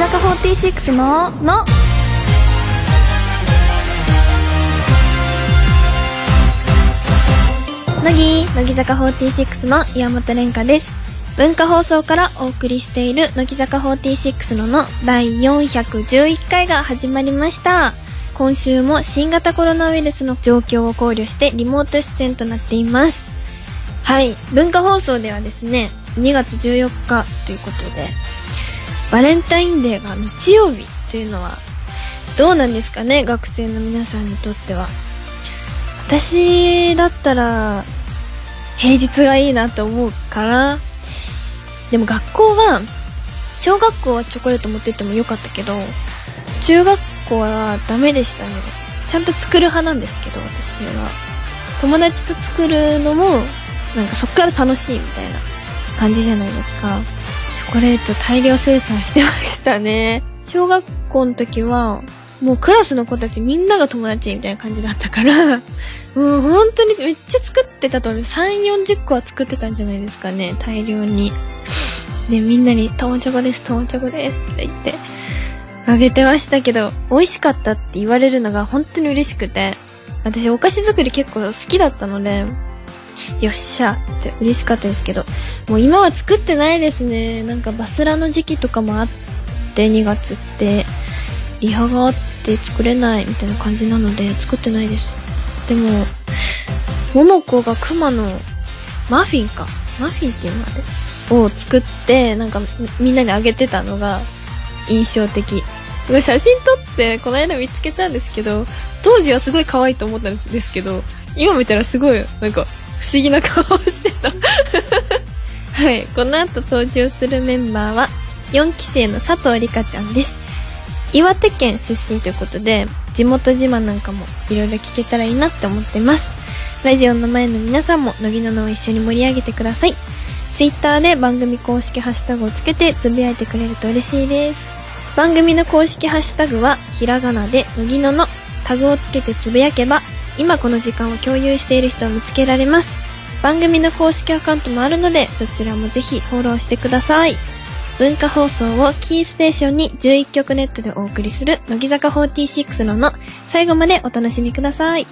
46のの乃木乃木坂46の岩本蓮香です文化放送からお送りしている乃木坂46のの第411回が始まりました今週も新型コロナウイルスの状況を考慮してリモート出演となっていますはい文化放送ではですね2月14日ということでバレンタインデーが日曜日というのはどうなんですかね学生の皆さんにとっては私だったら平日がいいなと思うからでも学校は小学校はチョコレート持ってってもよかったけど中学校はダメでしたねちゃんと作る派なんですけど私は友達と作るのもなんかそっから楽しいみたいな感じじゃないですかチョコレート大量生産してましたね小学校の時はもうクラスの子たちみんなが友達みたいな感じだったからもう本当にめっちゃ作ってたと思う3、40個は作ってたんじゃないですかね、大量に。で、みんなに、友チョコです、友チョコですって言って、あげてましたけど、美味しかったって言われるのが本当に嬉しくて、私お菓子作り結構好きだったので、よっしゃって嬉しかったですけど、もう今は作ってないですね。なんかバスラの時期とかもあって、2月って、リハがあって作れないみたいな感じなので、作ってないです。でも、ももこが熊のマフィンか。マフィンっていうのあれを作って、なんかみみんなにあげてたのが印象的。これ写真撮って、この間見つけたんですけど、当時はすごい可愛いと思ったんですけど、今見たらすごい、なんか、不思議な顔をしてた。はい。この後登場するメンバーは、4期生の佐藤里香ちゃんです。岩手県出身ということで地元自慢なんかもいろいろ聞けたらいいなって思ってますラジオの前の皆さんも乃木ののを一緒に盛り上げてくださいツイッターで番組公式ハッシュタグをつけてつぶやいてくれると嬉しいです番組の公式ハッシュタグはひらがなで乃木ののタグをつけてつぶやけば今この時間を共有している人を見つけられます番組の公式アカウントもあるのでそちらもぜひフォローしてください文化放送をキーステーションに11曲ネットでお送りする乃木坂46のの最後までお楽しみください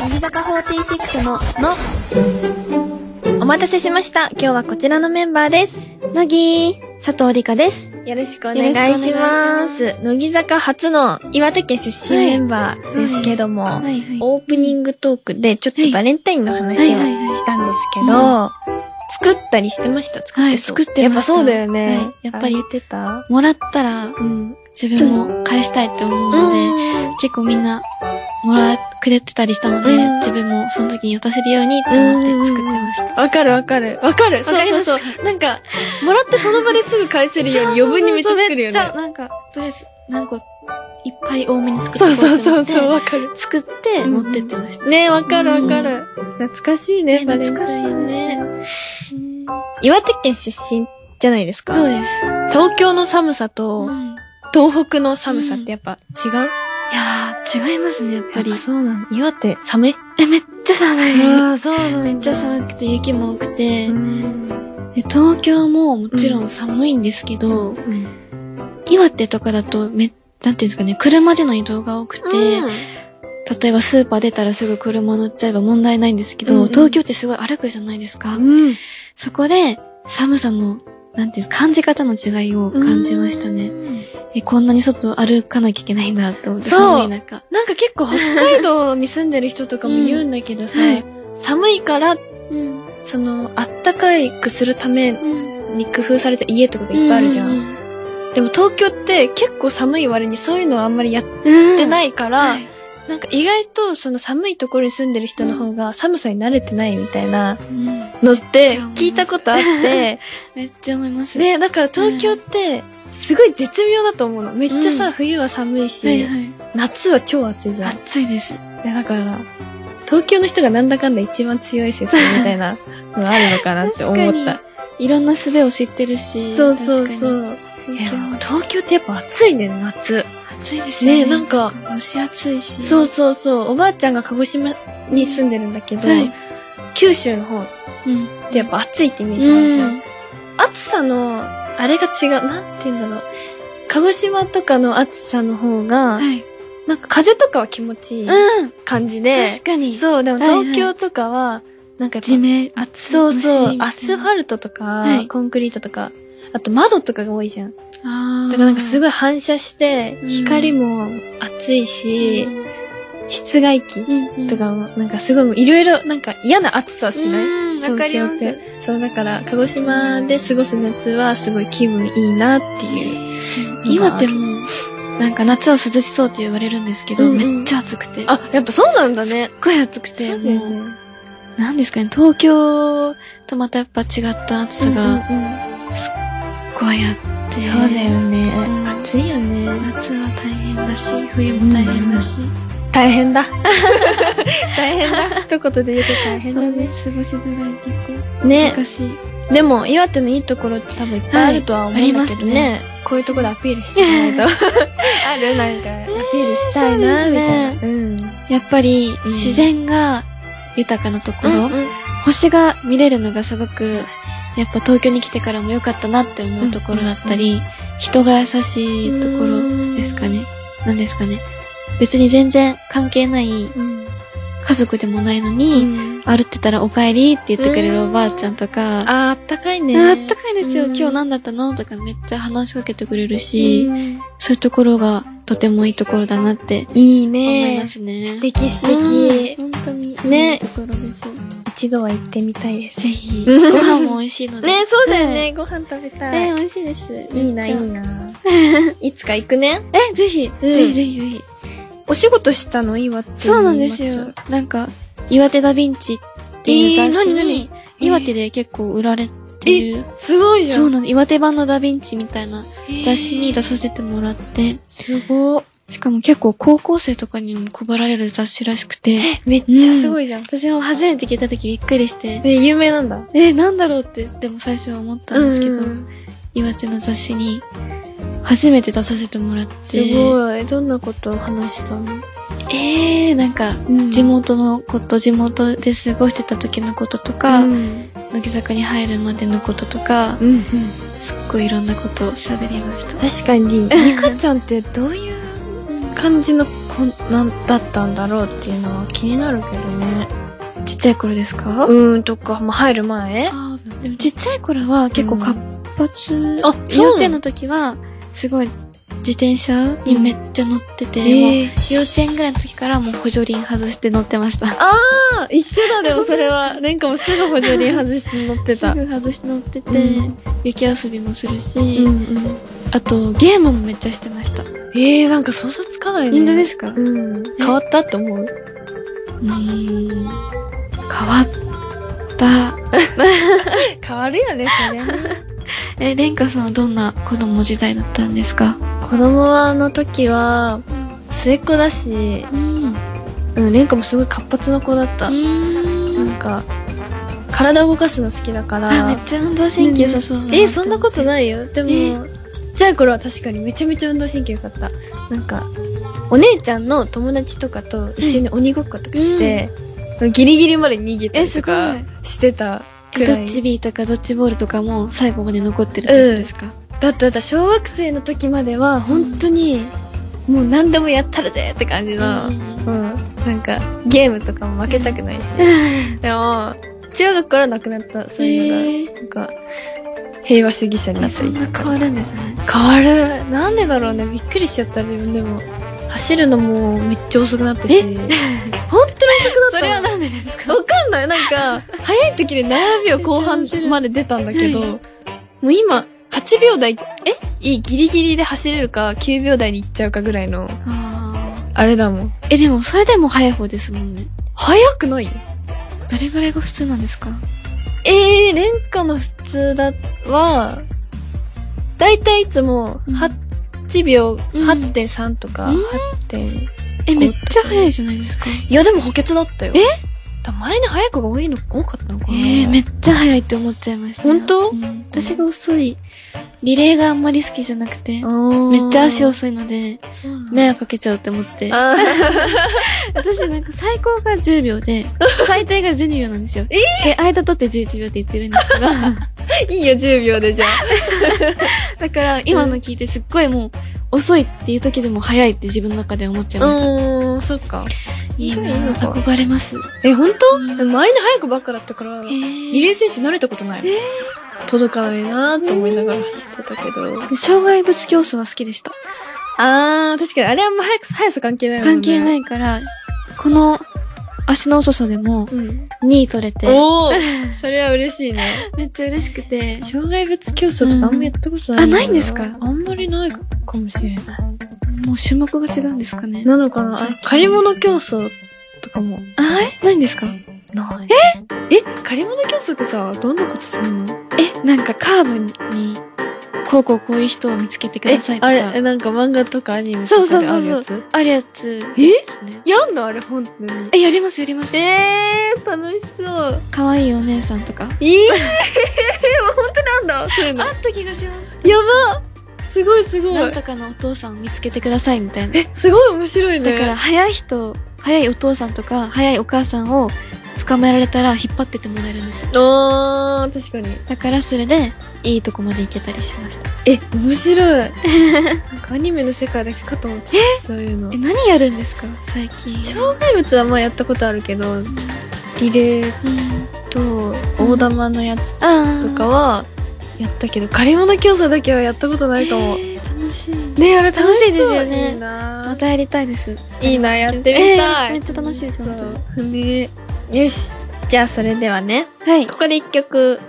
乃木坂46ののお待たせしました今日はこちらのメンバーです乃木佐藤理香です。よろしくお願いします乃木坂初の岩手県出身はいメンバーですけども、いはオープニングトークでちょっとバレンタインの話をしたんですけど、作ったりしてました作ってそうはい作ってましたやっぱそうだよね。はいやっぱりあ言ってたもらったらうん。自分も返したいと思うので、結構みんなもらえくれてたりしたので、うん自分もその時に渡せるようにと思って作ってました。わかるわかる。わかる。そうそうそう。なんか、もらってその場ですぐ返せるように余分にめっちゃ作るよじゃね。なんか、とりあえず何個いっぱい多めに作ってそうそうそうこそう、と思ってわかる。作って持ってってました。ねわかるわかる。懐かしいね、ねバレンタイン懐ね。岩手県出身じゃないですか。そうです。東京の寒さとう、ん東北の寒さってやっぱ違うやいっやー、違いますね、やっぱり。そうなの。岩手寒いえ、めっちゃ寒い。あ、そうなめっちゃ寒くて雪も多くて、うん。で東京ももちろん寒いんですけど、岩手とかだとめ、なんていうんですかね、車での移動が多くて、例えばスーパー出たらすぐ車乗っちゃえば問題ないんですけど、うんうん東京ってすごい歩くじゃないですか。うん。そこで、寒さの、なんていう感じ方の違いを感じましたね。えこんなに外歩かなきゃいけないんだと思って、そう寒い中。なんか結構北海道に住んでる人とかも言うんだけどさ、うんはい寒いかうら、ん。その、あったかいくするためうん。に工夫された家とかがいっぱいあるじゃん。うん。でも東京って結構寒い割にそういうのはあんまりやっ出てないいから、なんか意外とその寒いところに住んでる人の方が寒さに慣れてないみたいなのって聞いたことあって、めっちゃ思います。ね、だから東京ってすごい絶妙だと思うの。めっちゃさ、うん冬は寒いし、はいはい。夏は超暑いじゃん。暑いです。いやだから、東京の人がなんだかんだ一番強い説みたいな のがあるのかなって思確っかた。いろんな術を知ってるし。。そうそうそうう。いや、東京ってやっぱ暑いね、夏。暑いですよね。ねなんか蒸し暑いし。そうそうそう。おばあちゃんが鹿児島に住んでるんだけど、はい。九州の方っうん。てやっぱ暑いってイメージあるじゃ。うん暑さのあれが違う。なんて言うんだろう。鹿児島とかの暑さの方が、はい。なんか風とかは気持ちいいうん。感じで、確かに。う。そう、でもはいはい東京とかは、なんかやっぱ地面、暑い。そうそう、アスフあァルトとか、はいコンクリートとか、あと窓とかが多いじゃん。だあー。からなんかすごい反射して、うん光も暑いし、室外機うんうん。とかも、なんかすごいもういろいろ、なんか嫌な暑さしない、うん、わかります。東京ってそう、だから、鹿児島で過ごす夏はすごい気分いいなっていう。今ってもう、なんか夏は涼しそうって言われるんですけど、うんうんめっちゃ暑くて。あ、やっぱそうなんだすっね。ごい暑くて、そうだよもう、なんですかね、東京とまたやっぱ違った暑さが、うんうんうんこうやって。そうだよねん。暑いよね。夏は大変だし、冬も大変だし。大変だ。 大変だ。一言で言うと大変だそうねね。、過ごしづらい結構。ね。難しい。でも、岩手のいいところって多分いっぱいあるとは思うんだけどね。はいあこういうところでアピールしていかないと。 あるなん か、アピールしたいな、そうみですたいねな。うん。やっぱり、うん自然が豊かなとこうろ、んうん星が見れるのがすごくそうだね、やっぱ東京に来てからも良かったなって思うところだったり、人が優しいところですかね。なんですかね。別に全然関係ないうん。家族でもないのうに、ん。歩ってたらお帰りって言ってくれるおばあちゃんとか、ああーあったかいね。あったかいですよ、うん今日何だったのとかめっちゃ話しかけてくれるし、いそういうところがとてもいいところだなっていい思いねま。すね。素敵素うん敵。本当に。ねいいところです。一度は行ってみたいです。ぜひ、ごうん飯も美味しいので。 ねそうだよね。ご飯食べたい。美味しいですいいな、いい な。いつか行くね。え、ぜひ、うんぜひぜひぜひ。お仕事したの岩手にそうなんですよ。なんか、岩手ダヴィンチっていう雑誌えー何に、何岩手で結構売られてる。すごいじゃん。そうなんです。岩手版のダヴィンチみたいな雑誌に出す。させてもらって、すごい。しかも結構高校生とかにも配られる雑誌らしくて、めっちゃすごいじゃん。私も初めて聞いた時びっくりして、で、有名なんだ。え、なんだろうって、でも最初は思ったんですけど、うん岩手の雑誌に初めて出させてもらって、すごい。どんなことを話したのえー、なんか、地元のこと、地元で過ごしてた時のこととか、うん。乃木坂に入るまでのこととかう、ん。すっごいいろんなことを喋りました。確かに、リカちゃんってどういう感じの子なんだったんだろうっていうのは気になるけどね。 ちっちゃい頃ですか、うーん、とか、まあ、入る前あーでもちっちゃい頃は結構活発、あそうなの幼稚園の時は、すごい自転車にめっちゃ乗ってて、もえう幼稚園ぐらいの時からもう補助輪外して乗ってました。あ一緒だ、でもそれ は。レンカもすぐ補助輪外して乗ってた。すぐ外して乗ってて、うん雪遊びもするし、うん。あとゲームもめっちゃしてました。えー、なんか想像つかないね。本当ですかうん。変わったって思ううーん変わった。変わるよね、それね。え、レンカさんはどんな子供時代だったんですか 子供はあの時は、末っ子だし、うん。うん、レンカもすごい活発な子だった。なんか、体動かすの好きだから。あ、めっちゃ運動神経良さそうだなえ、そんなことい。ないよ。でも、えちっちゃい頃は確かにめちゃめちゃ運動神経良かった。なんか、お姉ちゃんの友達とかと一緒に鬼ごっことかして、ギリギリまで逃げたえ、りすとごい。かしてたえくドらい。ッジビーとかドッジボールとかも最後まで残ってるってことですか、だってだって小学生の時までは本当に、もう何でもやったらぜって感じの、うん、んなんかゲームとかも負けたくないし。でも、中学からなくなった、そういうのが。えなんか、平和主義者にー、なあっそたんいなつ変かわるんですね。変わるなんでだろうねびっくりしちゃった自分でも走るのもめっちゃ遅くなったし 本当に遅くなったのなんでですかわかんないなんか早い時で7秒後半まで出たんだけどもう今8秒台えいいギリギリで走れるか9秒台に行っちゃうかぐらいのああれだもんーえ、でもそれでも早い方ですもんね。早くないよどれぐらいが普通なんですかえー、廉価の普通だはだいたいいつもうん8秒、8.3とか、うん8.4え、めっちゃ早いじゃないですかいや、でも補欠だったよ。えだ周りに早い子が多いの、多かったのかなええめっちゃ早いって思っちゃいましたよ。本当うん私が遅い。リレーがあんまり好きじゃなくて、めっちゃ足遅いので、迷目、惑かけちゃうって思って。あー私なんか最高が10秒で、最低が12秒なんですよ。で、間取って11秒って言ってるんですけど、 いいよ、10秒でじゃあ。だから、今の聞いてすっごいもう、遅いっていう時でも早いって自分の中で思っちゃいました。うーん、そっか。いいいいなのか憧れます。え、ほんとうんでも周りの早くばっかだったから、えリーレー選手慣れたことないもん。届かないなーと思いながら走ってたけど。障害物競争は好きでした。あー、確かに、あれあんま早く、速さ関係ないもんね。。関係ないいから、この足の遅さでもうん。 2位取れて、お ー、それは嬉しいね。めっちゃ嬉しくて、障害物競争とかあんまやったことない、うんあないんですかあんまりないかもしれない。もう種目が違うんですかね。なのかなあ借り物競争とかも。あ、えないんですかない。ええ借り物競争ってさ、どんなことするのえ、なんかカードに、こうこうこういう人を見つけてくえださい、とあか、え、なんか漫画とかアニメとそうかそうであそうるそやうつあるやつでえすね。やんのあれ、本当に。え、やりますやります。えー、楽しそう。かわいいお姉さんとか。えー、本当なんだ、そういうの。あった気がします。やばすごいすごなんい。とかのお父さんを見つけてくださいみたいな。え、すごい面白いね。だから、早い人、早いお父さんとか、早いお母さんを捕まえられたら引っ張ってってもらえるんですよ。あー、確かに。だからそれで、いいとこまで行けたりしま した。え、面白い。なんかアニメの世界だけかと思ってた、そういうのえ、。何やるんですか最近。障害物はまあやったことあるけど、リレーうん。と大玉のやつあーとかはやったけど、借り物競争だけはやったことないかも。えー楽しい。ねあれ楽しいです楽しそようね。いいまなたやりたいです。いいな、やってみたい。えーめっちゃ楽しいです、そう本当に。ねよし。じゃあそれではね、はい。ここで一曲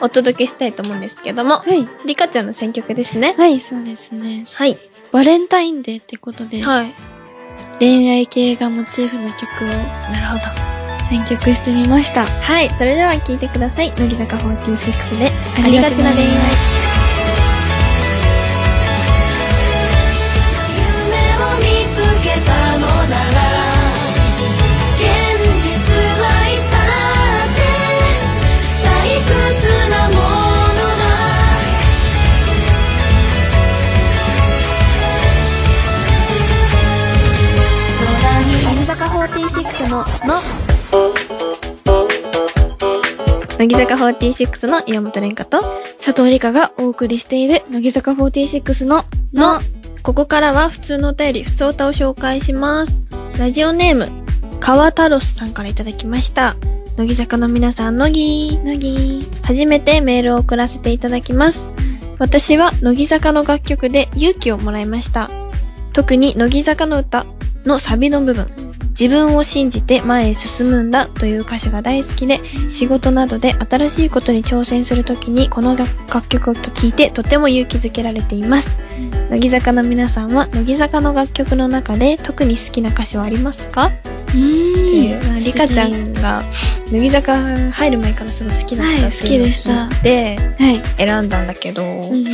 お届けしたいと思うんですけども、はい。リカちゃんの選曲ですね。はい、そうですね。はい。バレンタインデーってことで、はい。恋愛系がモチーフの曲をなるほど。選曲してみました。はい。それでは聴いてください。乃木坂46で、あありりががちちなな恋恋愛愛。乃木坂46の、の、乃木坂46の岩本蓮香と、佐藤理香がお送りしている、乃木坂46の、の、ここからは普通のお便り、普通歌を紹介します。ラジオネーム、川太郎さんからいただきました。乃木坂の皆さん、乃木乃木。初めてメールを送らせていただきます。私は乃木坂の楽曲で勇気をもらいました。特に乃木坂の歌のサビの部分。自分を信じて前へ進むんだという歌詞が大好きで、仕事などで新しいことに挑戦するときにこの楽楽曲を聴いてとても勇気づけられています。乃木坂の皆さんは乃木坂の楽曲の中で特に好きな歌詞はありますかうーん。まあリカちゃんが乃木坂入る前からすごい好きだったっていうのを聞いてはい。選んだんだけど、うんうんうんうん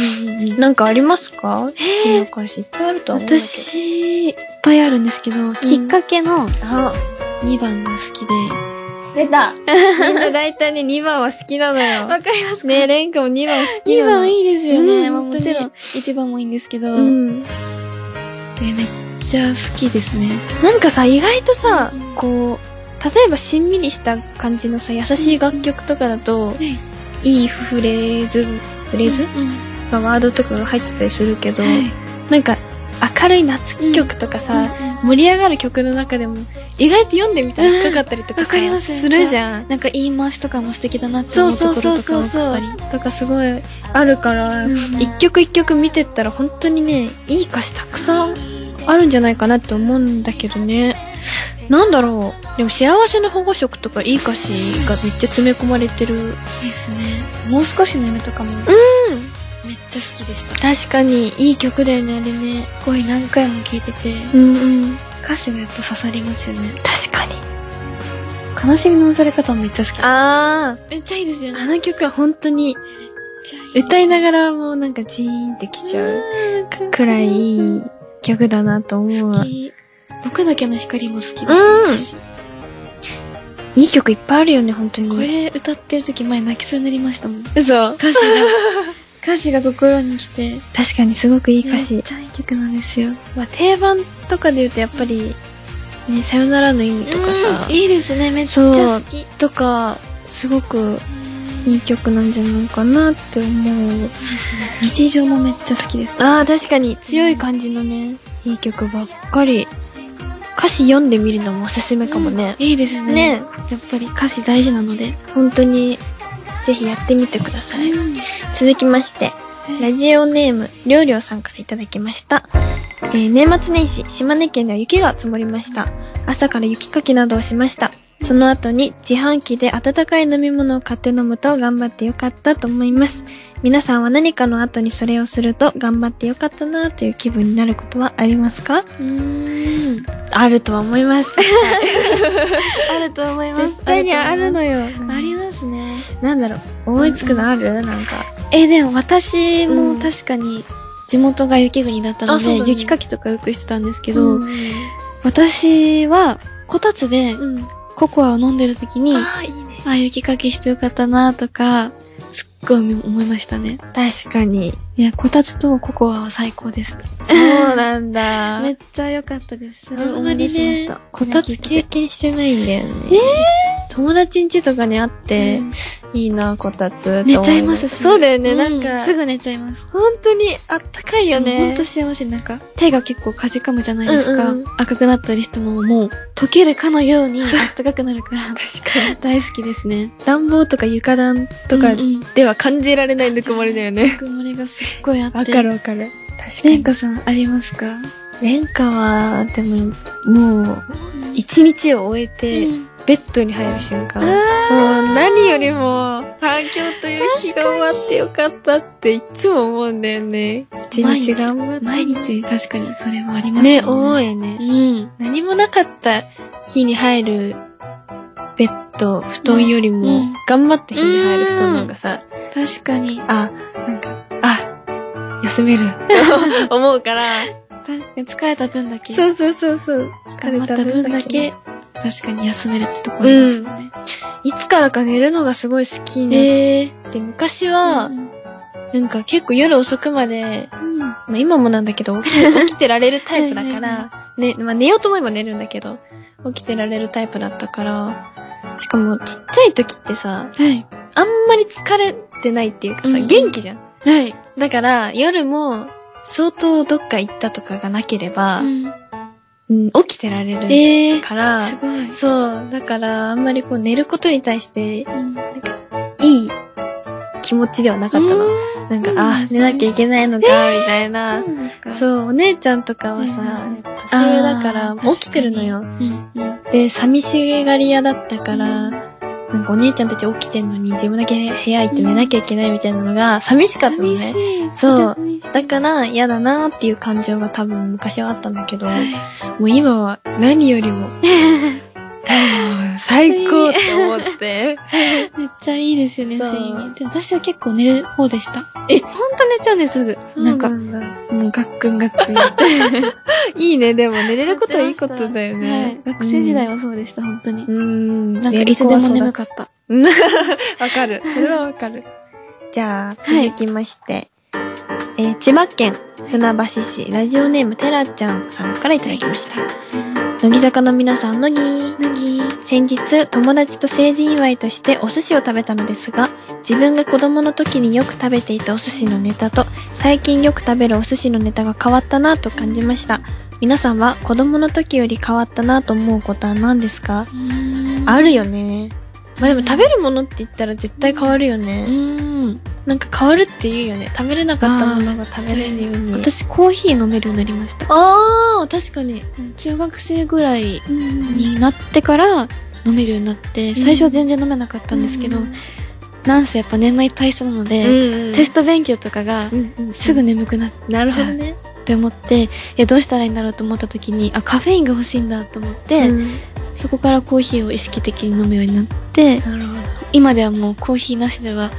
なんかありますか好きな歌詞いっぱいあるとは思うんだけど。私、いっぱいあるんですけど、きっかけのあ、 2番が好きで。出たみんな大体ね、2番は好きな のよ。かりますねえ、レンカも2番好き2なの。番いいですようね。んまあ本も当にちろん1番もいいんですけど、うん。でめっちゃ好きですね。なんかさ、意外とさうん、こう、例えばしんみりした感じのさ、優しい楽曲とかだと、いいいフレーズ、フレーズうん。がワードとかが入ってたりするけど、はいなんか明るい夏曲とかさ、盛り上がる曲の中でも意外と読んでみたら引っかかったりとかさ、うんわかりますするじゃん。なんか言い回しとかも素敵だなってそ思ううとそうこそろとかうそをうそやっうぱり。とかすごいあるから、一曲一曲見てったら本当にね、いい歌詞たくさんあるんじゃないかなって思うんだけどね。なんだろう。でも幸せの保護色とかいい歌詞がめっちゃ詰め込まれてる。いいですね。もう少しの夢とかも、めっちゃ好きでした。確かにいい曲だよね、あれね。すごい何回も聴いてて、うんうん。歌詞がやっぱ刺さりますよね。確かに。悲しみのされ方もめっちゃ好き。あめっちゃいいですよあ、ね。あの曲は本当に歌いながらもうなんかジーンってきちゃうくらいいい曲だなと思うわ好。き。僕だけの光も好きです、うん歌詞いい曲いっぱいあるよね、本当こに。れ歌ってる時前泣きそうになりましたもん。歌詞嘘。が、 歌詞が心に来て、確かにすごくいい歌め詞っ。ちゃいい曲なんですよ。まあ、定番とかで言うとやっぱり、ね、さよならの意味とかさうん、いいですね、めっちゃ好き。とか、すごくいい曲なんじゃないかなって思う。日常もめっちゃ好きです。ああ、確かに強い感じのね、いい曲ばっかり。歌詞読んでみるのもおすすめかもね。いいですね。ねやっぱり歌詞大事なので。本当に、ぜひやってみてください。うん続きまして、ラジオネーム、りょうりょうさんからいただきました。えー年末年始、島根県では雪が積もりました。朝から雪かきなどをしました。その後に自販機で温かい飲み物を買って飲むと頑張ってよかったと思います。皆さんは何かの後にそれをすると頑張ってよかったなという気分になることはありますかうん。あるとは思います。あると思います。 絶対にあるのよ。よ。ありますね。なんだろう、思いつくのある、なんか。え、でも私うもん確かに地元が雪国だったのあそうで、だね雪かきとかよくしてたんですけけど、うん。私はこたつでココアを飲んでる時に、ああ、いいね。あ、雪かきしてよかったなとか、すっごい思いましたね。確かに。いや、こたつとココアは最高です。そうなんだ。めっちゃ良かったです。すごいあん思まい出りしましねた。、こたつ経験してないんだよね。友達ん家とかにあって、うんいいな、こたつ。寝ちゃいますすぐそうだよね、うなんか。すぐ寝ちゃいます。本当にあったかいよね。ほんと幸せ。なんか、手が結構かじかむじゃないですか。うんうん赤くなったりしたのももう、溶けるかのようにあったかくなるから、確かに。大好きですね。暖房とか床暖とかうんうん、では感じられないぬくもりだよね。曇りがすっごいあって。わかるわかる。確かレンに。カさんありますか年間は、でも、もう、一日を終えて、うんベッドに入る瞬あ間。もう何よりも、反響という日が終わってよかったっていつも思うんだよね。一毎日日頑張っー毎日確かにそれはありて。ますね、思うい。よね。うん。何もなかった日に入るベッド、布団よりうもん、頑張った日に入る布団の方がさ、確かに。あ、なんか、あ、休める、と 思うから。確かに疲れた分だけ。 そうそうそうそう。頑張疲れったた分分だだけけ。、確かに休めるってところですもんね。いつからか寝るのがすごい好きになええって、昔は、なんか結構夜遅くまでうん。まあ、今もなんだ けど、起きて起きてられるタイプだかはいはら、ね、まあ、寝ようと思えば寝るんだけど、起きてられるタイプだったから、しかもちっちゃい時ってさ、はい。あんまり疲れてないっていうかうんさ、うん元気じゃん。はい。だから、夜も、相当どっか行ったとかがなければ、うん起きてられるええから、すごい。そう、だから、あんまりこう寝ることに対して、うんいい気持ちではなかったの。うんなんかう、んあ、寝なきゃいけないのか、みたいな。そうなんですかう。そう、お姉ちゃんとかはさ、うんうん年上だから、起きてるのよ。うん。うん。で、寂しがり屋だったから、なんかお姉ちゃんたち起きてんのに自分だけ部屋行って寝なきゃいけないみたいなのが寂しかったの寂ね。しい。そう寂しい。だから嫌だなーっていう感情が多分昔はあったんだけど、 はいもう今は何より も、最高って思って。めっちゃいいですよね、そう睡眠。でも私は結構寝る方でした。え、ほんと寝ちゃうんです、すぐ。なんか、んだ。もうガックンガックン。 いいね、でも寝れ寝ることはいいことだよね。学生時代は。はそうでした、本当に。うん。なんかいつでも眠かった。うんわか る。それはわかる。じゃあ、はい続きまして。えー千葉県船橋市ラジオネームてらちゃんさんからいただきました。乃木坂の皆さん、乃木。なぎ先日、友達と成人祝いとしてお寿司を食べたのですが、自分が子供の時によく食べていたお寿司のネタと、最近よく食べるお寿司のネタが変わったなと感じました。皆さんは子供の時より変わったなと思うことは何ですかあるよね。まあでも食べるものって言ったら絶対変わるようね。ーん。なんか変わるって言うよね。食べれなかったものが食べれるように。私、コーヒー飲めるようになりました。あー、確かに。中学生ぐらいにになってから飲めるようになって、最初は全然飲めなかったんですけど、なんせやっぱ年末体操なので、テテスト勉強とかがト、うんうんすぐ。眠くなっなるほどね。て思って、いや、どうしたらいいんだろうと思った時に、あ、カフェインが欲しいんだと思って、うんそこからコーヒーを意識的に飲むようになって、なるほど。今ではもうコーヒーなしでは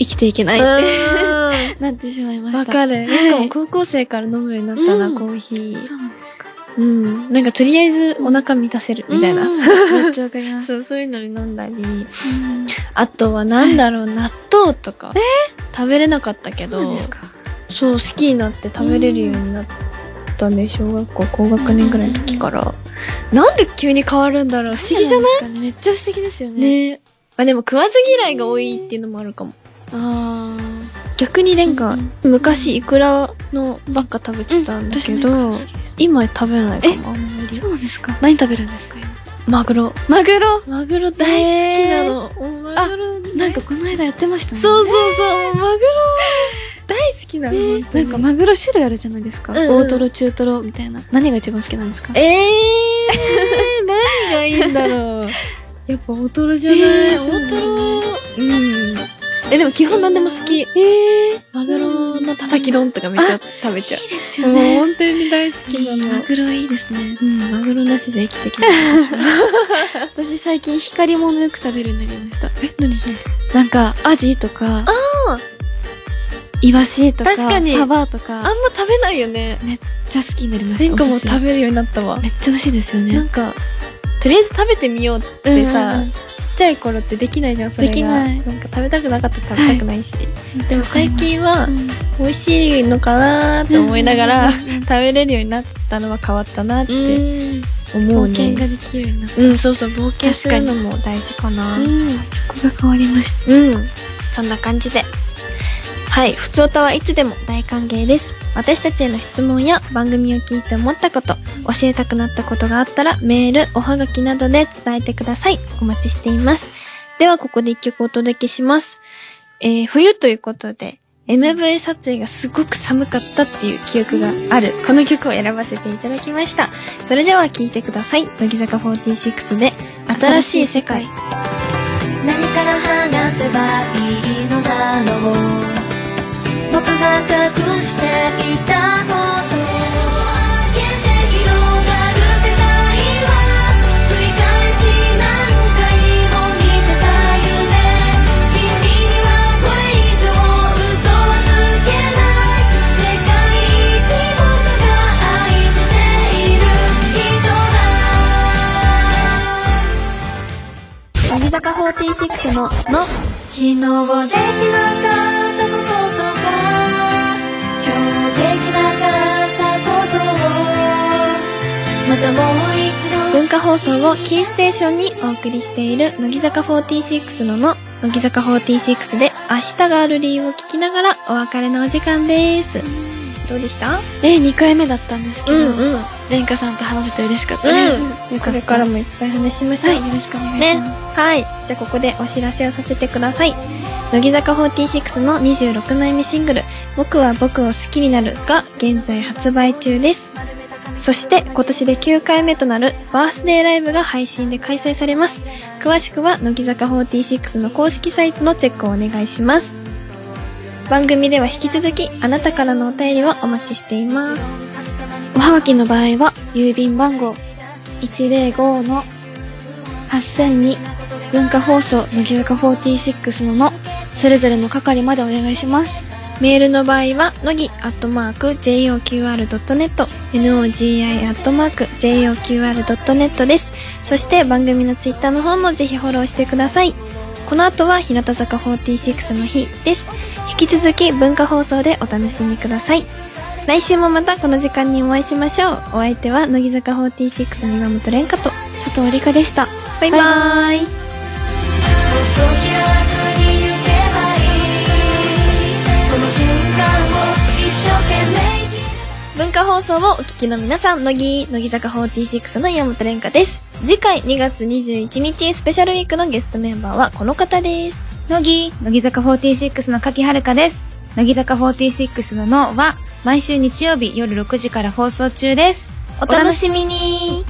生きていけないってうなってしまいましんた。わかる。はいなんかもう高校生から飲むようになったうんな、コーヒー。そうなんですか。うん。なんかとりあえずお腹満たせるみたいな。うんめっちゃわかります。そう、そういうのに飲んだり。うんあとはなんだろう、納豆とか。食べれなかったけそうど。ですか。そう好きになって食べれるようになったね、小学校高学年ぐらいの時から、なんで急に変わるんだろう不思議じゃないいめっちゃ不思議ですよね。ねあでも食わず嫌いが多いっていうのもあるかも。あ逆に蓮華、うん昔イクラのばっか食べてたんだけど、今食べないかもあんまりそうなんですか何食べるんですか今マグロマグロマグロ大好きなの、もうマグロ大なんかこの間やってましたねそうそうそう、もうマグロ 大好きなの、ね本当なにんかマグロ種類あるじゃないですか、うんうん大トロ中トロみたいな何が一番好きなんですかえー、何がいいんだろう。やっぱ大トロじゃない、え ーそうな大んトだロ。うん。え、でも基本何でも好き。えー、マグロのたたき丼とかめっちゃ食べちゃいいですう。よもうね本当に大好きなマの。グロいいですねうん、マグロなしじゃ生きていけない。私最近光り物よく食べるようになりましたえ、何それなんかアジとかイワシとか確かにサバとあかんま食べないよね。めっちゃ好きになりましたレンカもお寿司食べるようになったわめ。っちゃ美味しいですよなねんか、とりあえず食べてみようってさ、うんうんうんちっちゃい頃ってできないじゃん、それが。できないんか食べたくなかったら食べたくないし。でも最近うは、ん美味しいのかなーって思いながら、うん食べれるようになったのは変わったなって思う冒険ね。ができるようになったうん、そうそう、冒険するのも大事かな。うんそこが変わりましたうん。そんな感じで。はい。普通歌はいつでも大歓迎です。私たちへの質問や番組を聞いて思ったこと、教えたくなったことがあったらメール、おはがきなどで伝えてください。お待ちしています。ではここで一曲お届けします。えー、冬ということで、MV 撮影がすごく寒かったっていう記憶がある、この曲を選ばせていただきました。それでは聴いてください。乃木坂46で、新しい世界。何から話せばいいのだろう僕が隠していたこと開けて広がる世界は繰り返し何回も見てた夢君にはこれ以上嘘はつけない世界一僕が愛している人だ乃木坂46の、の、昨日できなかったこととか今日できなかったことをまたもう一度文化放送をキーステーションにお送りしている乃木坂46のの乃木坂46で明日がある理由を聞きながらお別れのお時間です。どうでしたえ2回目だったんですけど、ん。レンカさんと話せて嬉しかったです、うんよかこったれからもいっぱい話しましょはう。いよろしくお願いしねます、。はい。じゃあここでお知らせをさせてください。乃木坂46の26枚目シングル、僕は僕を好きになるが現在発売中です。そして今年で9回目となるバースデーライブが配信で開催されます。詳しくは乃木坂46の公式サイトのチェックをお願いします。番組では引き続きあなたからのお便りをお待ちしています。おはがきの場合は郵便番号105の8002文化放送乃木坂46ののそれぞれの係までお願いしますメールの場合は、のぎ、アットマーク、joqr.net、nogi、アットマーク、joqr.net です。そして番組のツイッターの方もぜひフォローしてください。この後は、日向坂46の日です。引き続き、文化放送でお楽しみください。来週もまたこの時間にお会いしましょう。お相手は、乃木坂46の岩本蓮香と、佐藤理香でしたバイバーイもっと気楽に行けばいいこの瞬間を一生懸命生きる文化放送をお聞きの皆さん、乃木、乃木坂46の山本蓮香です。次回2月21日スペシャルウィークのゲストメンバーはこの方です。乃木、乃木坂46の柿遥香です。乃木坂46ののは、毎週日曜日夜6時から放送中です。おお楽楽ししみに